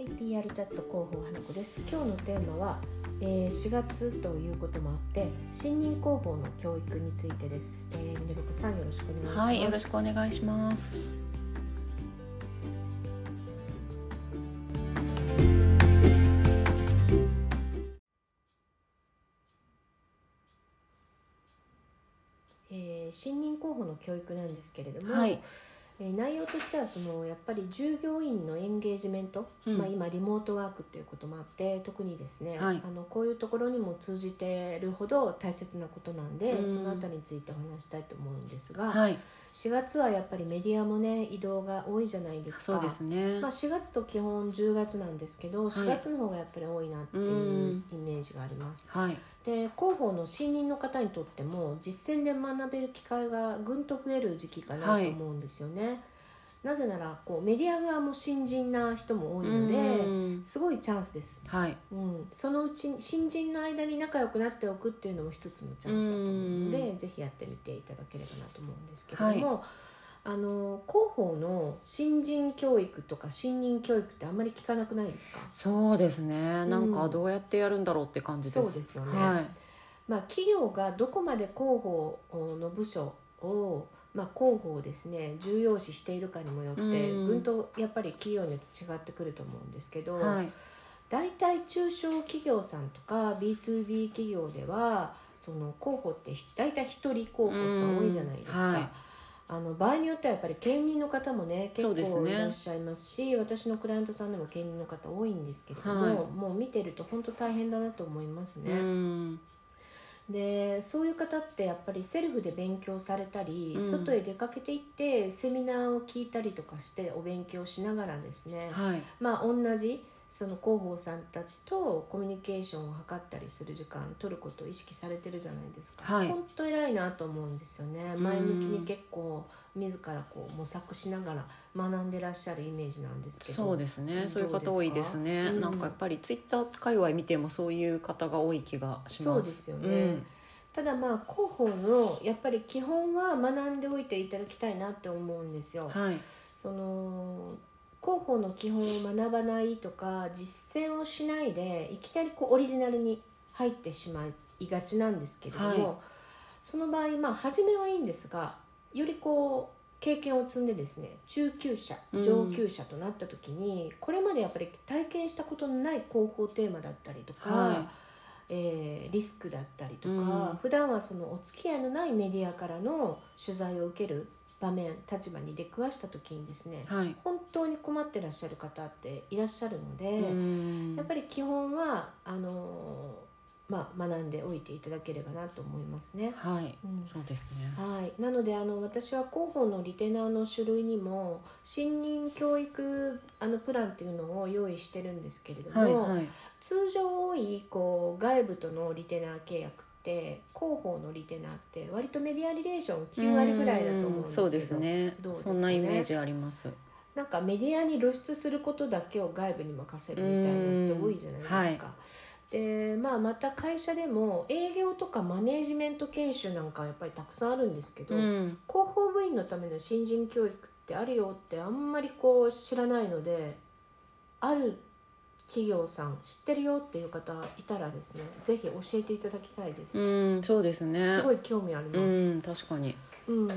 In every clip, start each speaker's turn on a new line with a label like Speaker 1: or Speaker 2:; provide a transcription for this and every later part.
Speaker 1: ャット広報花子です今日のテーマは、えー4月ということもあって新任広報の教育についてです、えー、みねぼこさんよろしくお願いします
Speaker 2: はい、よろしくお願いします。
Speaker 1: えー新任候補の教育なんですけれども、
Speaker 2: はい
Speaker 1: えー内容としてはそのやっぱり従業員のエンゲージメント、
Speaker 2: うん
Speaker 1: まあ、今リモートワークっていうこともあって特にですね、
Speaker 2: はい
Speaker 1: あのこういうところにも通じてるほど大切なことなんで、
Speaker 2: うん
Speaker 1: そのあたりについてお話したいと思うんですが、
Speaker 2: はい、
Speaker 1: 4月はやっぱりメディアもね移動が多いじゃないですか。
Speaker 2: そうですね
Speaker 1: まあ、。4月と基本10月なんですけど
Speaker 2: い
Speaker 1: 4月の方がやっぱり多いなっていうイメージがあります。
Speaker 2: はい、
Speaker 1: で広報の新任の方にとっても実践で学べる機会がぐんと増える時期かなと
Speaker 2: はい
Speaker 1: 思うんですよね。なぜならこうメディア側も新人な人も多いの
Speaker 2: う
Speaker 1: で
Speaker 2: ん
Speaker 1: すごいチャンスです、
Speaker 2: はい、
Speaker 1: うん、そのうちに新人の間に仲良くなっておくっていうのも一つのチャンスだと思うのでぜひやってみていただければなと思うんですけれども、あの広報の新人教育とか新任教育ってあんまり聞かなくないですか
Speaker 2: そうですね。なん
Speaker 1: う
Speaker 2: か
Speaker 1: ん
Speaker 2: どうやってやるんだろうって感じです。
Speaker 1: そうですよね
Speaker 2: はい、
Speaker 1: まあ、企業がどこまで広報の部署を、まあ、広報をですね重要視しているかにもよって
Speaker 2: うん
Speaker 1: ぐんとやっぱり企業によって違ってくると思うんですけど、
Speaker 2: はい、
Speaker 1: 大体中小企業さんとか B2B 企業ではその候補ってひ大体一人候補さん多いじゃないですか。
Speaker 2: うんはい
Speaker 1: あの場合によってはやっぱり兼任の方もね結
Speaker 2: そうです
Speaker 1: 構
Speaker 2: ね
Speaker 1: いらっしゃいますし私のクライアントさんでも兼任の方多いんですけれども、
Speaker 2: はい
Speaker 1: もう見てると本当大変だなと思いますね。
Speaker 2: うん、
Speaker 1: でそういう方ってやっぱりセルフで勉強されたり、
Speaker 2: うん
Speaker 1: 外へ出かけていってセミナーを聞いたりとかしてお勉強しながらですね、
Speaker 2: はい、
Speaker 1: まあ同じその広報さんたちとコミュニケーションを図ったりする時間取ることを意識されてるじゃないですか、
Speaker 2: はい
Speaker 1: 本当偉いなと思うんですよね
Speaker 2: うん
Speaker 1: 前向きに結構自らこう模索しながら学んでらっしゃるイメージなんですけど
Speaker 2: そうですね。そうい
Speaker 1: どうで
Speaker 2: う
Speaker 1: すか
Speaker 2: 方多いですね。
Speaker 1: うん
Speaker 2: なんかやっぱりツイッター界隈見てもそういう方が多い気がします。
Speaker 1: そうですよねただまあ広報のやっぱり基本は学んでおいていただきたいなって思うんですよ
Speaker 2: うん、。はい、
Speaker 1: その広報の基本を学ばないとか実践をしないでいきなりこうオリジナルに入ってしまいがちなんですけれども、
Speaker 2: はい
Speaker 1: その場合まあ初めはいいんですがよりこう経験を積んでですね中級者
Speaker 2: うん
Speaker 1: 上級者となった時に、これまでやっぱり体験したことのない広報テーマだったりとか、
Speaker 2: は
Speaker 1: えーリスクだったりとか、
Speaker 2: うん
Speaker 1: 普段はそのお付き合いのないメディアからの取材を受ける場面立場に出くわした時にですね
Speaker 2: い、はい、
Speaker 1: 本当に困ってらっしゃる方っていらっしゃるので、
Speaker 2: うん
Speaker 1: やっぱり基本はあのーまあ、学んでおいていただければなと思いますね。
Speaker 2: はい、
Speaker 1: うん
Speaker 2: そうですね。
Speaker 1: はい、なのであの私は広報のリテナーの種類にも新任教育あのプランっていうのを用意してるんですけれども、
Speaker 2: はい、はい、
Speaker 1: 通常多いこう外部とのリテナー契約って広報のリテナーって割とメディアリレーション9割ぐらいだと思うんですけど
Speaker 2: そうですね
Speaker 1: どうですか
Speaker 2: そ
Speaker 1: ね
Speaker 2: んなイメージあります
Speaker 1: なんかメディアに露出することだけを外部に任せるみたいなのって多いじゃないですか。
Speaker 2: うんはい
Speaker 1: でまあ、また会社でも営業とかマネージメント研修なんかやっぱりたくさんあるんですけど、
Speaker 2: うん
Speaker 1: 広報部員のための新人教育ってあるよってあんまりこう知らないのである企業さん知ってるよっていう方いたらですねぜひ教えていただきたいです、
Speaker 2: うんそうですね
Speaker 1: すごい興味あります、
Speaker 2: う
Speaker 1: うん
Speaker 2: ん確かに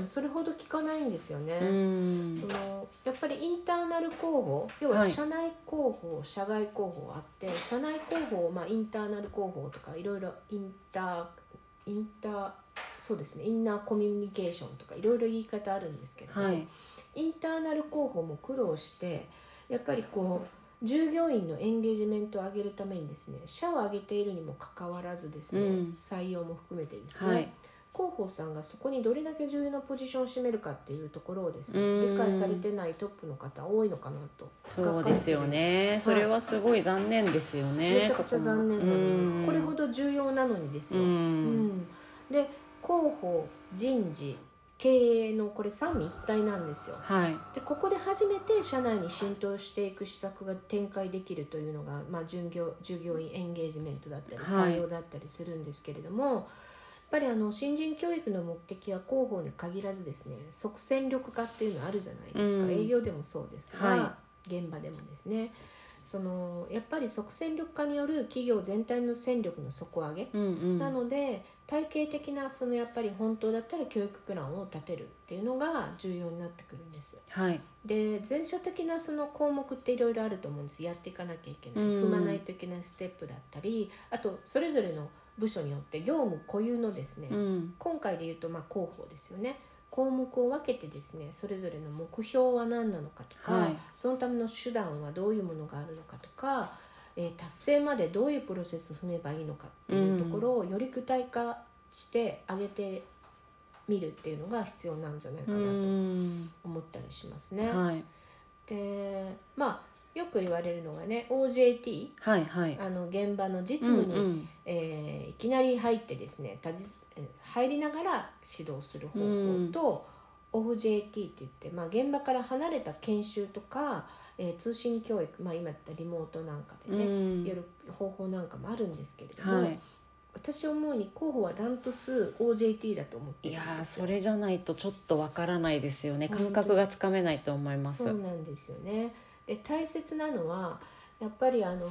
Speaker 1: それほど聞かないんですよね、
Speaker 2: うん
Speaker 1: そのやっぱりインターナル広報要は
Speaker 2: はい
Speaker 1: 社内広報、社外広報あって社内広報、まあ、インターナル広報とかいろいろインターインターそうですねインナーコミュニケーションとかいろいろ言い方あるんですけれども、
Speaker 2: はい
Speaker 1: インターナル広報も苦労してやっぱりこう従業員のエンゲージメントを上げるためにですね社を挙げているにもかかわらずですね、
Speaker 2: うん
Speaker 1: 採用も含めてですね、
Speaker 2: はい
Speaker 1: 広報さんがそこにどれだけ重要なポジションを占めるかっていうところをですね
Speaker 2: う
Speaker 1: 理
Speaker 2: ん
Speaker 1: 解されてないトップの方多いのかなと
Speaker 2: そうですよねそれはすごい残念ですよね
Speaker 1: めちゃくちゃ残念なのにこれほ
Speaker 2: ど
Speaker 1: ど重要なのにです
Speaker 2: う
Speaker 1: よ、
Speaker 2: ん
Speaker 1: うんで広報人事経営のこれ三位一体なんですよ
Speaker 2: はい
Speaker 1: でここで初めて社内に浸透していく施策が展開できるというのが、まあ、従業従業員エンゲージメントだったり
Speaker 2: はい
Speaker 1: 採用だったりするんですけれども、やっぱりあの新人教育の目的は広報に限らずですね即戦力化っていうのあるじゃないですか、
Speaker 2: うん
Speaker 1: 営業でもそうですが、
Speaker 2: は
Speaker 1: 現場でもですねそのやっぱり即戦力化による企業全体の戦力の底上げ、
Speaker 2: うんうん
Speaker 1: なので体系的なそのやっぱり本当だったら教育プランを立てるっていうのが重要になってくるんです。
Speaker 2: はい
Speaker 1: で前者的なその項目っていろいろあると思うんですやっていかなきゃいけない
Speaker 2: うん
Speaker 1: 踏まないといけないステップだったりあとそれぞれの部署によって業務固有のですね、
Speaker 2: うん
Speaker 1: 今回で言うとまあ広報ですよね項目を分けてですねそれぞれの目標は何なのかとか、
Speaker 2: はい
Speaker 1: そのための手段はどういうものがあるのかとか、えー達成までどういうプロセスを踏めばいいのかっていうところをより具体化して上げてみるっていうのが必要なんじゃないか
Speaker 2: う
Speaker 1: なと
Speaker 2: ん
Speaker 1: 思ったりしますね。
Speaker 2: はい
Speaker 1: でまあよく言われるのがね OJT
Speaker 2: はいはい
Speaker 1: あの現場の実
Speaker 2: うん
Speaker 1: 務に、
Speaker 2: うん
Speaker 1: えーいきなり入ってですねたじえー入りながら指導する方法と、OJT って言って、まあ、現場から離れた研修とか、えー通信教育、まあ、今言ったリモートなんかで
Speaker 2: う
Speaker 1: ね、
Speaker 2: ん
Speaker 1: やる方法なんかもあるんですけれども、
Speaker 2: はい
Speaker 1: 私思うに候補はダントツ OJT だと思って
Speaker 2: い
Speaker 1: る
Speaker 2: や
Speaker 1: ん
Speaker 2: ー
Speaker 1: ですよ
Speaker 2: それじゃないとちょっとわからないですよね
Speaker 1: 本当
Speaker 2: 感覚がつかめないと思います
Speaker 1: そうなんですよねで大切なのはやっぱりあの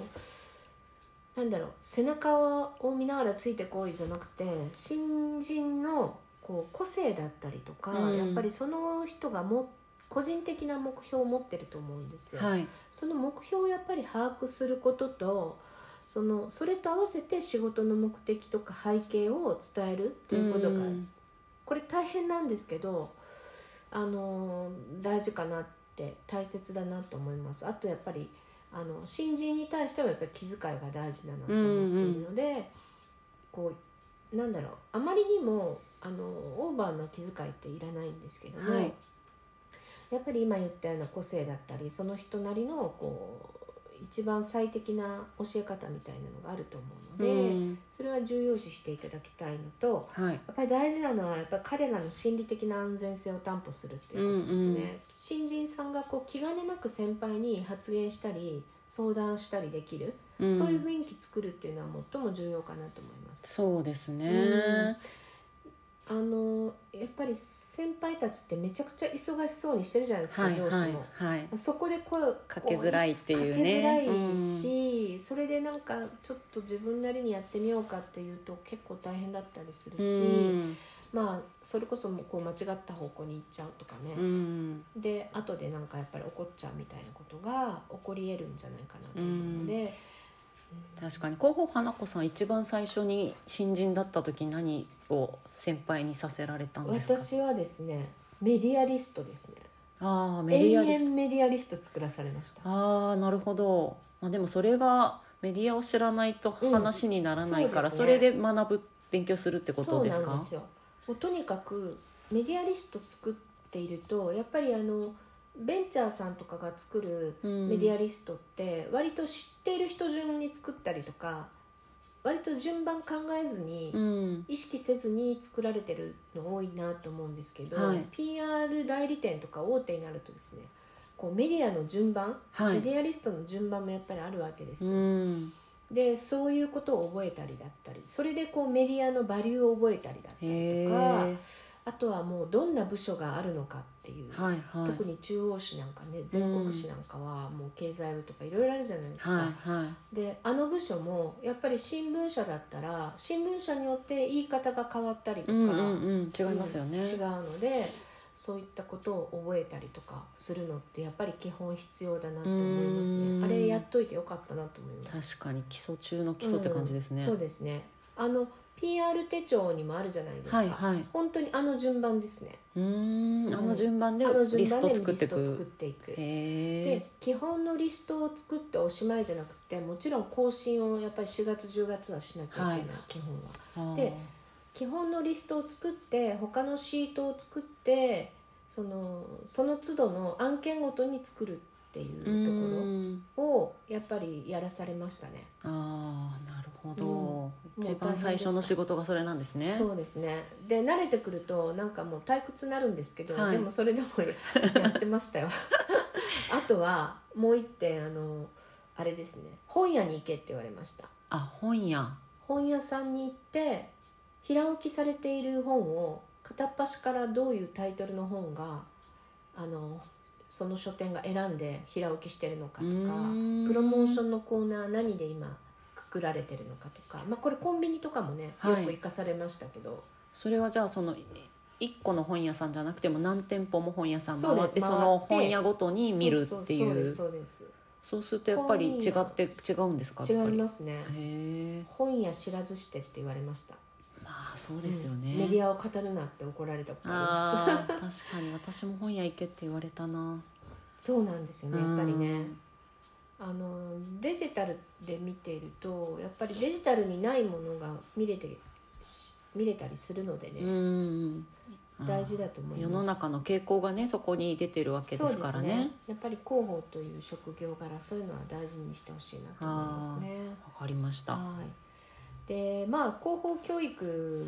Speaker 1: なんだろう背中を見ながらついてこいじゃなくて新人のこう個性だったりとか、
Speaker 2: うん
Speaker 1: やっぱりその人がも個人的な目標を持ってると思うんですよ。
Speaker 2: はい
Speaker 1: その目標をやっぱり把握することとそのそれと合わせて仕事の目的とか背景を伝えるっていうことが
Speaker 2: うん
Speaker 1: これ大変なんですけどあの大事かなって大切だなと思いますあとやっぱりあの新人に対してはやっぱり気遣いが大事だなと思っているので、こうなんだろうあまりにもあのオーバーな気遣いっていらないんですけども、
Speaker 2: はい
Speaker 1: やっぱり今言ったような個性だったりその人なりのこう一番最適な教え方みたいなのがあると思うの
Speaker 2: う
Speaker 1: で、
Speaker 2: ん
Speaker 1: それは重要視していただきたいのと、
Speaker 2: はい
Speaker 1: やっぱり大事なのはやっぱり彼らの心理的な安全性を担保するっていうことですね、
Speaker 2: うんうん
Speaker 1: 新人さんがこう気兼ねなく先輩に発言したり相談したりできる、
Speaker 2: うん
Speaker 1: そういう雰囲気作るっていうのは最も重要かなと思います
Speaker 2: そうですね
Speaker 1: うあのやっぱり先輩たちってめちゃくちゃ忙しそうにしてるじゃないですか、
Speaker 2: はい
Speaker 1: 上司
Speaker 2: はい
Speaker 1: も
Speaker 2: はい
Speaker 1: そこで声を
Speaker 2: かけづらいっていうね
Speaker 1: かけづらいし、それでなんかちょっと自分なりにやってみようかっていうと結構大変だったりするし、
Speaker 2: うん
Speaker 1: まあそれこそもうこう間違った方向に行っちゃうとか
Speaker 2: う
Speaker 1: ね、
Speaker 2: ん
Speaker 1: で後でなんかやっぱり怒っちゃうみたいなことが起こりえるんじゃないかなと思うので、
Speaker 2: 確かに広報花子さん一番最初に新人だった時何を先輩にさせられたんですか
Speaker 1: 私はですねメディアリストですね
Speaker 2: ああメディアリス
Speaker 1: 永遠メディアリスト作らされました
Speaker 2: トああなるほど、まあ、でもそれがメディアを知らないと話にならないから、
Speaker 1: うん
Speaker 2: そ
Speaker 1: そうですね
Speaker 2: れで学ぶ勉強するってことです
Speaker 1: そうなん
Speaker 2: か
Speaker 1: ですよもうとにかくメディアリスト作っているとやっぱりあのベンチャーさんとかが作る
Speaker 2: うん
Speaker 1: メディアリストって割と知っている人順に作ったりとか割と順番考えずに
Speaker 2: うん
Speaker 1: 意識せずに作られてるの多いなと思うんですけど、
Speaker 2: はい
Speaker 1: PR 代理店とか大手になるとですねこうメディアの順番、
Speaker 2: は
Speaker 1: メデ
Speaker 2: い
Speaker 1: ィアリストの順番もやっぱりあるわけです、
Speaker 2: うん
Speaker 1: でそういうことを覚えたりだったりそれでこうメディアのバリューを覚えたりだったり
Speaker 2: へえ
Speaker 1: と
Speaker 2: は
Speaker 1: かあとはもうどんな部署があるのかっていう、
Speaker 2: いはい
Speaker 1: 特に中央市なんかね全国市なんかはもう経済部とかいろいろあるじゃないですか、
Speaker 2: はいはい
Speaker 1: であの部署もやっぱり新聞社だったら新聞社によって言い方が変わったりとか、
Speaker 2: うんうんうん違いますよね、
Speaker 1: 違うのでそういったことを覚えたりとかするのってやっぱり基本必要だなと思います
Speaker 2: うん
Speaker 1: ねあれやっといてよかったなと思います
Speaker 2: 確かに基礎中の基礎って感じですね、
Speaker 1: そうですねあの PR 手帳にもあるじゃないですか、
Speaker 2: はいはい
Speaker 1: 本当にあの順番ですね
Speaker 2: うーんあの順番
Speaker 1: あ
Speaker 2: で
Speaker 1: の順番で
Speaker 2: リスト作ってい
Speaker 1: リスト作っ
Speaker 2: く
Speaker 1: ていく
Speaker 2: へ
Speaker 1: で基本のリストを作っておしまいじゃなくてもちろん更新をやっぱり4月10月はしなきゃいけない、
Speaker 2: はい
Speaker 1: 基本は
Speaker 2: え
Speaker 1: で基本のリストを作って他のシートを作ってそのその都度の案件ごとに作るっていうところをやっぱりやらされましたね。
Speaker 2: あーなるほ
Speaker 1: う
Speaker 2: ど、
Speaker 1: んも
Speaker 2: 一番最初の仕事がそれなんですね
Speaker 1: そうですねで慣れてくるとなんかもう退屈になるんですけど、
Speaker 2: はい
Speaker 1: でもそれでもや ってま したよ。あとはもう一点あのあれですね本屋に行けって言われました。
Speaker 2: あ本屋
Speaker 1: 本屋さんに行って平置きされている本を片っ端からどういうタイトルの本があのその書店が選んで平置きしてるのかとか
Speaker 2: うん
Speaker 1: プロモーションのコーナー何で今くくられてるのかとか、まあ、これコンビニとかもねよく
Speaker 2: はい
Speaker 1: 活かされましたけど、
Speaker 2: それはじゃあその1個の本屋さんじゃなくても何店舗も本屋さん
Speaker 1: そう
Speaker 2: 回
Speaker 1: で
Speaker 2: って
Speaker 1: す
Speaker 2: その
Speaker 1: 回って
Speaker 2: 本屋ごとに見るっていう
Speaker 1: そうそうそうです
Speaker 2: そうするとやっぱり違って違うんですか
Speaker 1: そうです
Speaker 2: やっ
Speaker 1: 違
Speaker 2: ぱ
Speaker 1: い
Speaker 2: り
Speaker 1: ますね
Speaker 2: へえ
Speaker 1: 本屋知らずしてって言われました
Speaker 2: まあそうですよね、
Speaker 1: うんメディアを語るなって怒られたことありま
Speaker 2: ああ確かに私も本屋行けって言われたな
Speaker 1: すそうなんですよねやっぱり
Speaker 2: う
Speaker 1: ね
Speaker 2: ん
Speaker 1: あのデジタルで見ているとやっぱりデジタルにないものが見れてし見れたりするので
Speaker 2: う
Speaker 1: ね、
Speaker 2: ん
Speaker 1: 大事だと思います
Speaker 2: 世の中の傾向がねそこに出てるわけですから
Speaker 1: そう
Speaker 2: ね
Speaker 1: やっぱり広報という職業柄そういうのは大事にしてほしいなと思いますね
Speaker 2: わかりました
Speaker 1: はいでまあ広報教育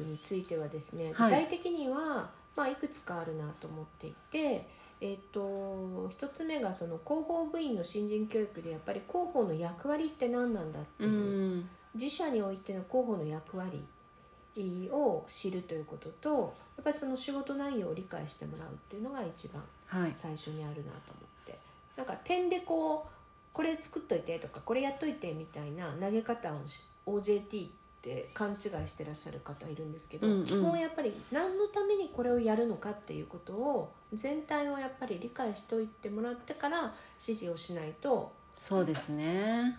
Speaker 1: についてはですね具
Speaker 2: はい
Speaker 1: 体的には、まあ、いくつかあるなと思っていてえっと一つ目がその広報部員の新人教育でやっぱり広報の役割って何なんだって
Speaker 2: う
Speaker 1: いう、
Speaker 2: ん
Speaker 1: 自社においての広報の役割を知るということとやっぱりその仕事内容を理解してもらうっていうのが一番
Speaker 2: はい
Speaker 1: 最初にあるなと思ってなんか点でこうこれ作っといてとかこれやっといてみたいな投げ方をし OJT って勘違いしてらっしゃる方いるんですけど、
Speaker 2: うんうん
Speaker 1: 基本やっぱり何のためにこれをやるのかっていうことを全体をやっぱり理解しておいてもらってから指示をしないと
Speaker 2: そうですね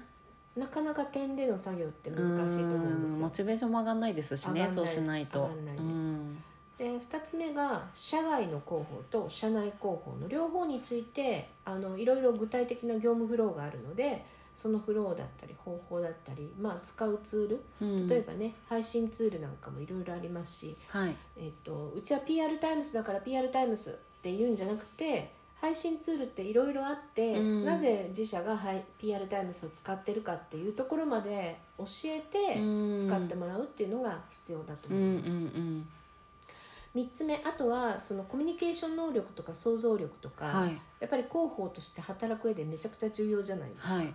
Speaker 1: なかなか点での作業って難しいと思うんで
Speaker 2: う
Speaker 1: す
Speaker 2: ん
Speaker 1: よ
Speaker 2: モ。チベーションも上がんないですし
Speaker 1: 上がん
Speaker 2: ね
Speaker 1: ない
Speaker 2: そうしないと
Speaker 1: 上がんないです
Speaker 2: うん
Speaker 1: で2つ目が社外の広報と社内広報の両方についてあのいろいろ具体的な業務フローがあるのでそのフローだったり方法だったり、まあ、使うツ
Speaker 2: う
Speaker 1: ー
Speaker 2: ん
Speaker 1: ル例えばね、配信ツールなんかもいろいろありますし、
Speaker 2: はい
Speaker 1: えっとうちは PR タイムスだから PR タイムスって言うんじゃなくて配信ツールっていろいろあって、
Speaker 2: うん
Speaker 1: なぜ自社がはい PR タイムスを使ってるかっていうところまで教えて使ってもらうっていうのが必要だと
Speaker 2: うんう
Speaker 1: 思
Speaker 2: ん
Speaker 1: います。
Speaker 2: うん
Speaker 1: 3つ目あとはそのコミュニケーション能力とか想像力とか、
Speaker 2: はい
Speaker 1: やっぱり広報として働く上でめちゃくちゃ重要じゃないですか、
Speaker 2: はい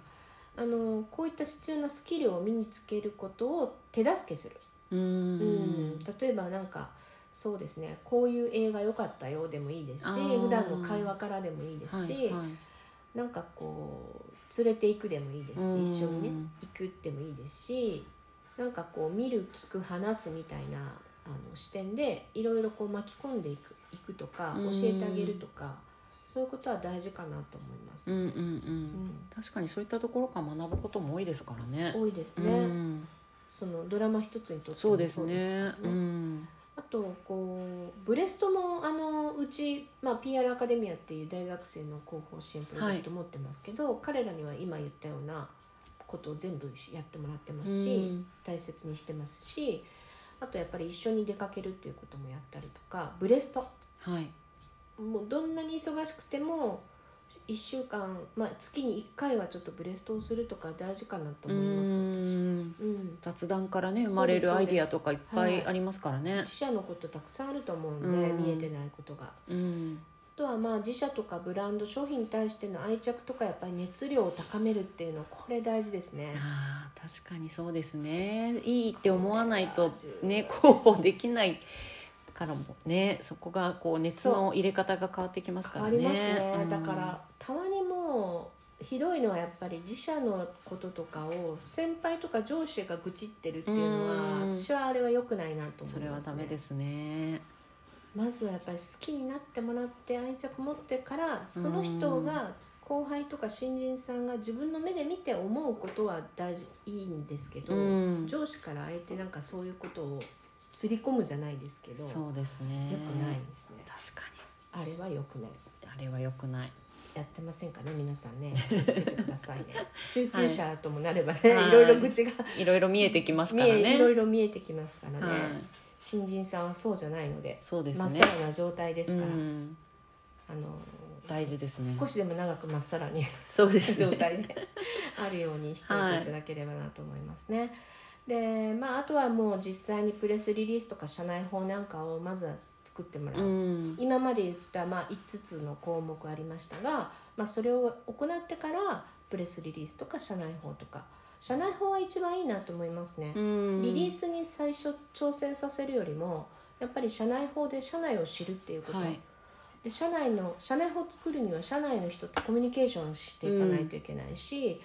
Speaker 1: あのこういった必要なスキルを身につけることを手助けする、
Speaker 2: う
Speaker 1: うん
Speaker 2: ん
Speaker 1: 例えばなんかそうですねこういう映画良かったよでもいいですし
Speaker 2: あー
Speaker 1: 普段の会話からでもいいですし、
Speaker 2: はいはい
Speaker 1: なんかこう連れて行くでもいいです
Speaker 2: うん
Speaker 1: し一緒にね行くでもいいですしなんかこう見る聞く話すみたいなあの視点でいろいろこう巻き込んでいくいくとか
Speaker 2: う
Speaker 1: 教
Speaker 2: ん
Speaker 1: えてあげるとかそういうことは大事かなと思います。
Speaker 2: うんうんう
Speaker 1: うんん
Speaker 2: 確かにそういったところから学ぶことも多いですからね。
Speaker 1: 多いです
Speaker 2: う
Speaker 1: ね、
Speaker 2: ん、
Speaker 1: そのドラマ一つにとっても
Speaker 2: そうですね。
Speaker 1: そうです
Speaker 2: う
Speaker 1: よね
Speaker 2: ん、
Speaker 1: あとこうブレストもあのうち、まあ、PR アカデミアっていう大学生の広報支援プロジェクト持ってますけど、彼らには今言ったようなことを全部やってもらってますし、
Speaker 2: うん
Speaker 1: 大切にしてますしあとやっぱり一緒に出かけるっていうこともやったりとかブレスト
Speaker 2: はい、
Speaker 1: もうどんなに忙しくても1週間、まあ、月に1回はちょっとブレストをするとか大事かなと思います私
Speaker 2: うん
Speaker 1: うん、
Speaker 2: 雑談からね生まれるアイディアとかいっぱ
Speaker 1: そうですそうで
Speaker 2: い
Speaker 1: す
Speaker 2: ありますからね
Speaker 1: 自。社のことたくさんあると思うんで、
Speaker 2: うん
Speaker 1: 見えてないことが。
Speaker 2: うん、
Speaker 1: あとはまあ自社とかブランド商品に対しての愛着とかやっぱり熱量を高めるっていうのはこれ大事ですね。
Speaker 2: ああ確かにそうですね。いいって思わないとね
Speaker 1: こ
Speaker 2: 広報できないからもねそこがこう熱の入れ方が変わってきます
Speaker 1: 変
Speaker 2: から
Speaker 1: わ
Speaker 2: ね。
Speaker 1: りますね、
Speaker 2: うん
Speaker 1: だからたまにもうひどいのはやっぱり自社のこととかを先輩とか上司が愚痴ってるっていうのは
Speaker 2: うん
Speaker 1: 私はあれは良くないなと思
Speaker 2: そ
Speaker 1: い
Speaker 2: れは
Speaker 1: ます、ね、
Speaker 2: ダメですすね。
Speaker 1: まずはやっぱり好きになってもらって愛着持ってからその人が後輩とか新人さんが自分の目で見て思うことは大事いいんですけど、
Speaker 2: うん、
Speaker 1: 上司からあえてなんかそういうことを刷り込むじゃないですけど良
Speaker 2: そうですね。
Speaker 1: くないんですね
Speaker 2: 確か
Speaker 1: あれは良くない
Speaker 2: にあれは良くない。
Speaker 1: やってませんかね皆さん ね教えてくださいね中級者ともなればね、
Speaker 2: はい
Speaker 1: い、ろいろ愚痴が
Speaker 2: いろいろ見えてきます
Speaker 1: 見
Speaker 2: から
Speaker 1: え
Speaker 2: ね。
Speaker 1: いろいろ見えてきますからね、
Speaker 2: はい、
Speaker 1: 新人さんはそうじゃないので
Speaker 2: そうです
Speaker 1: まっ
Speaker 2: ね
Speaker 1: さ。らな状態です
Speaker 2: う
Speaker 1: から、
Speaker 2: ん、
Speaker 1: あの
Speaker 2: 大事ですね。
Speaker 1: 少しでも長くまっさら に
Speaker 2: そうです
Speaker 1: 状
Speaker 2: ね。
Speaker 1: 態であるようにしておいていただければなと思いますね。でまあ、あとはもう実際にプレスリリースとか社内法なんかをまずは作ってもらう
Speaker 2: うん、
Speaker 1: 今まで言ったまあ5つの項目ありましたが、まあ、それを行ってからプレスリリースとか社内法とか社内法は一番いいなと思いますね、
Speaker 2: うん、
Speaker 1: リリースに最初挑戦させるよりもやっぱり社内法で社内を知るっていうこと、
Speaker 2: はい、
Speaker 1: で社内の社内法を作るには社内の人とコミュニケーションしていかないといけないし、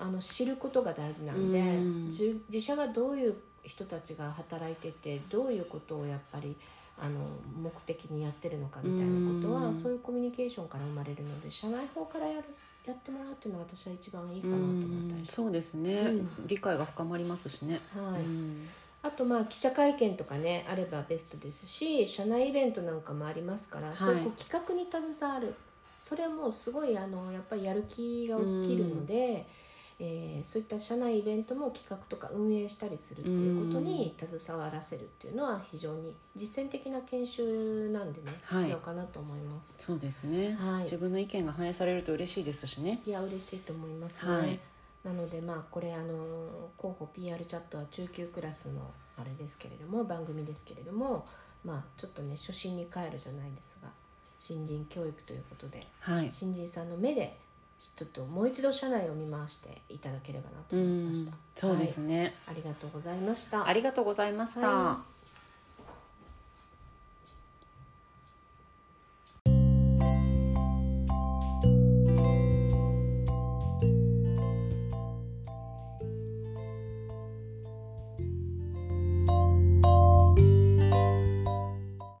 Speaker 1: あの知ることが大事なんで、
Speaker 2: うん
Speaker 1: じ自社がどういう人たちが働いててどういうことをやっぱりあの目的にやってるのかみたいなことは、
Speaker 2: うん
Speaker 1: そういうコミュニケーションから生まれるので社内法からやるやってもらうっていうのは私は一番いいか
Speaker 2: う
Speaker 1: なと思った
Speaker 2: ん
Speaker 1: りし
Speaker 2: そうですね、
Speaker 1: うん
Speaker 2: 理解が深まりますしね、
Speaker 1: はい
Speaker 2: うん
Speaker 1: あとまあ記者会見とかねあればベストですし社内イベントなんかもありますから、
Speaker 2: い
Speaker 1: そういうこう企画に携わるそれはもうすごいあのやっぱりやる気が起きるので、えーそういった社内イベントも企画とか運営したりするっていうことに携わらせるっていうのは非常に実践的な研修なんでね
Speaker 2: はい
Speaker 1: 必要かなと思います。
Speaker 2: そうですね、
Speaker 1: はい
Speaker 2: 自分の意見が反映されると嬉しいですしね
Speaker 1: いや嬉しいと思いますね。
Speaker 2: はい
Speaker 1: なのでまあこれあの候補 PR チャットは中級クラスのあれですけれども番組ですけれどもまあちょっとね初心に帰るじゃないですが新人教育ということで
Speaker 2: はい
Speaker 1: 新人さんの目でちょっともう一度社内を見回していただければなと
Speaker 2: う
Speaker 1: 思いまし
Speaker 2: ん
Speaker 1: た。
Speaker 2: そうですね、
Speaker 1: はいありがとうございました。
Speaker 2: ありがとうございました、
Speaker 1: は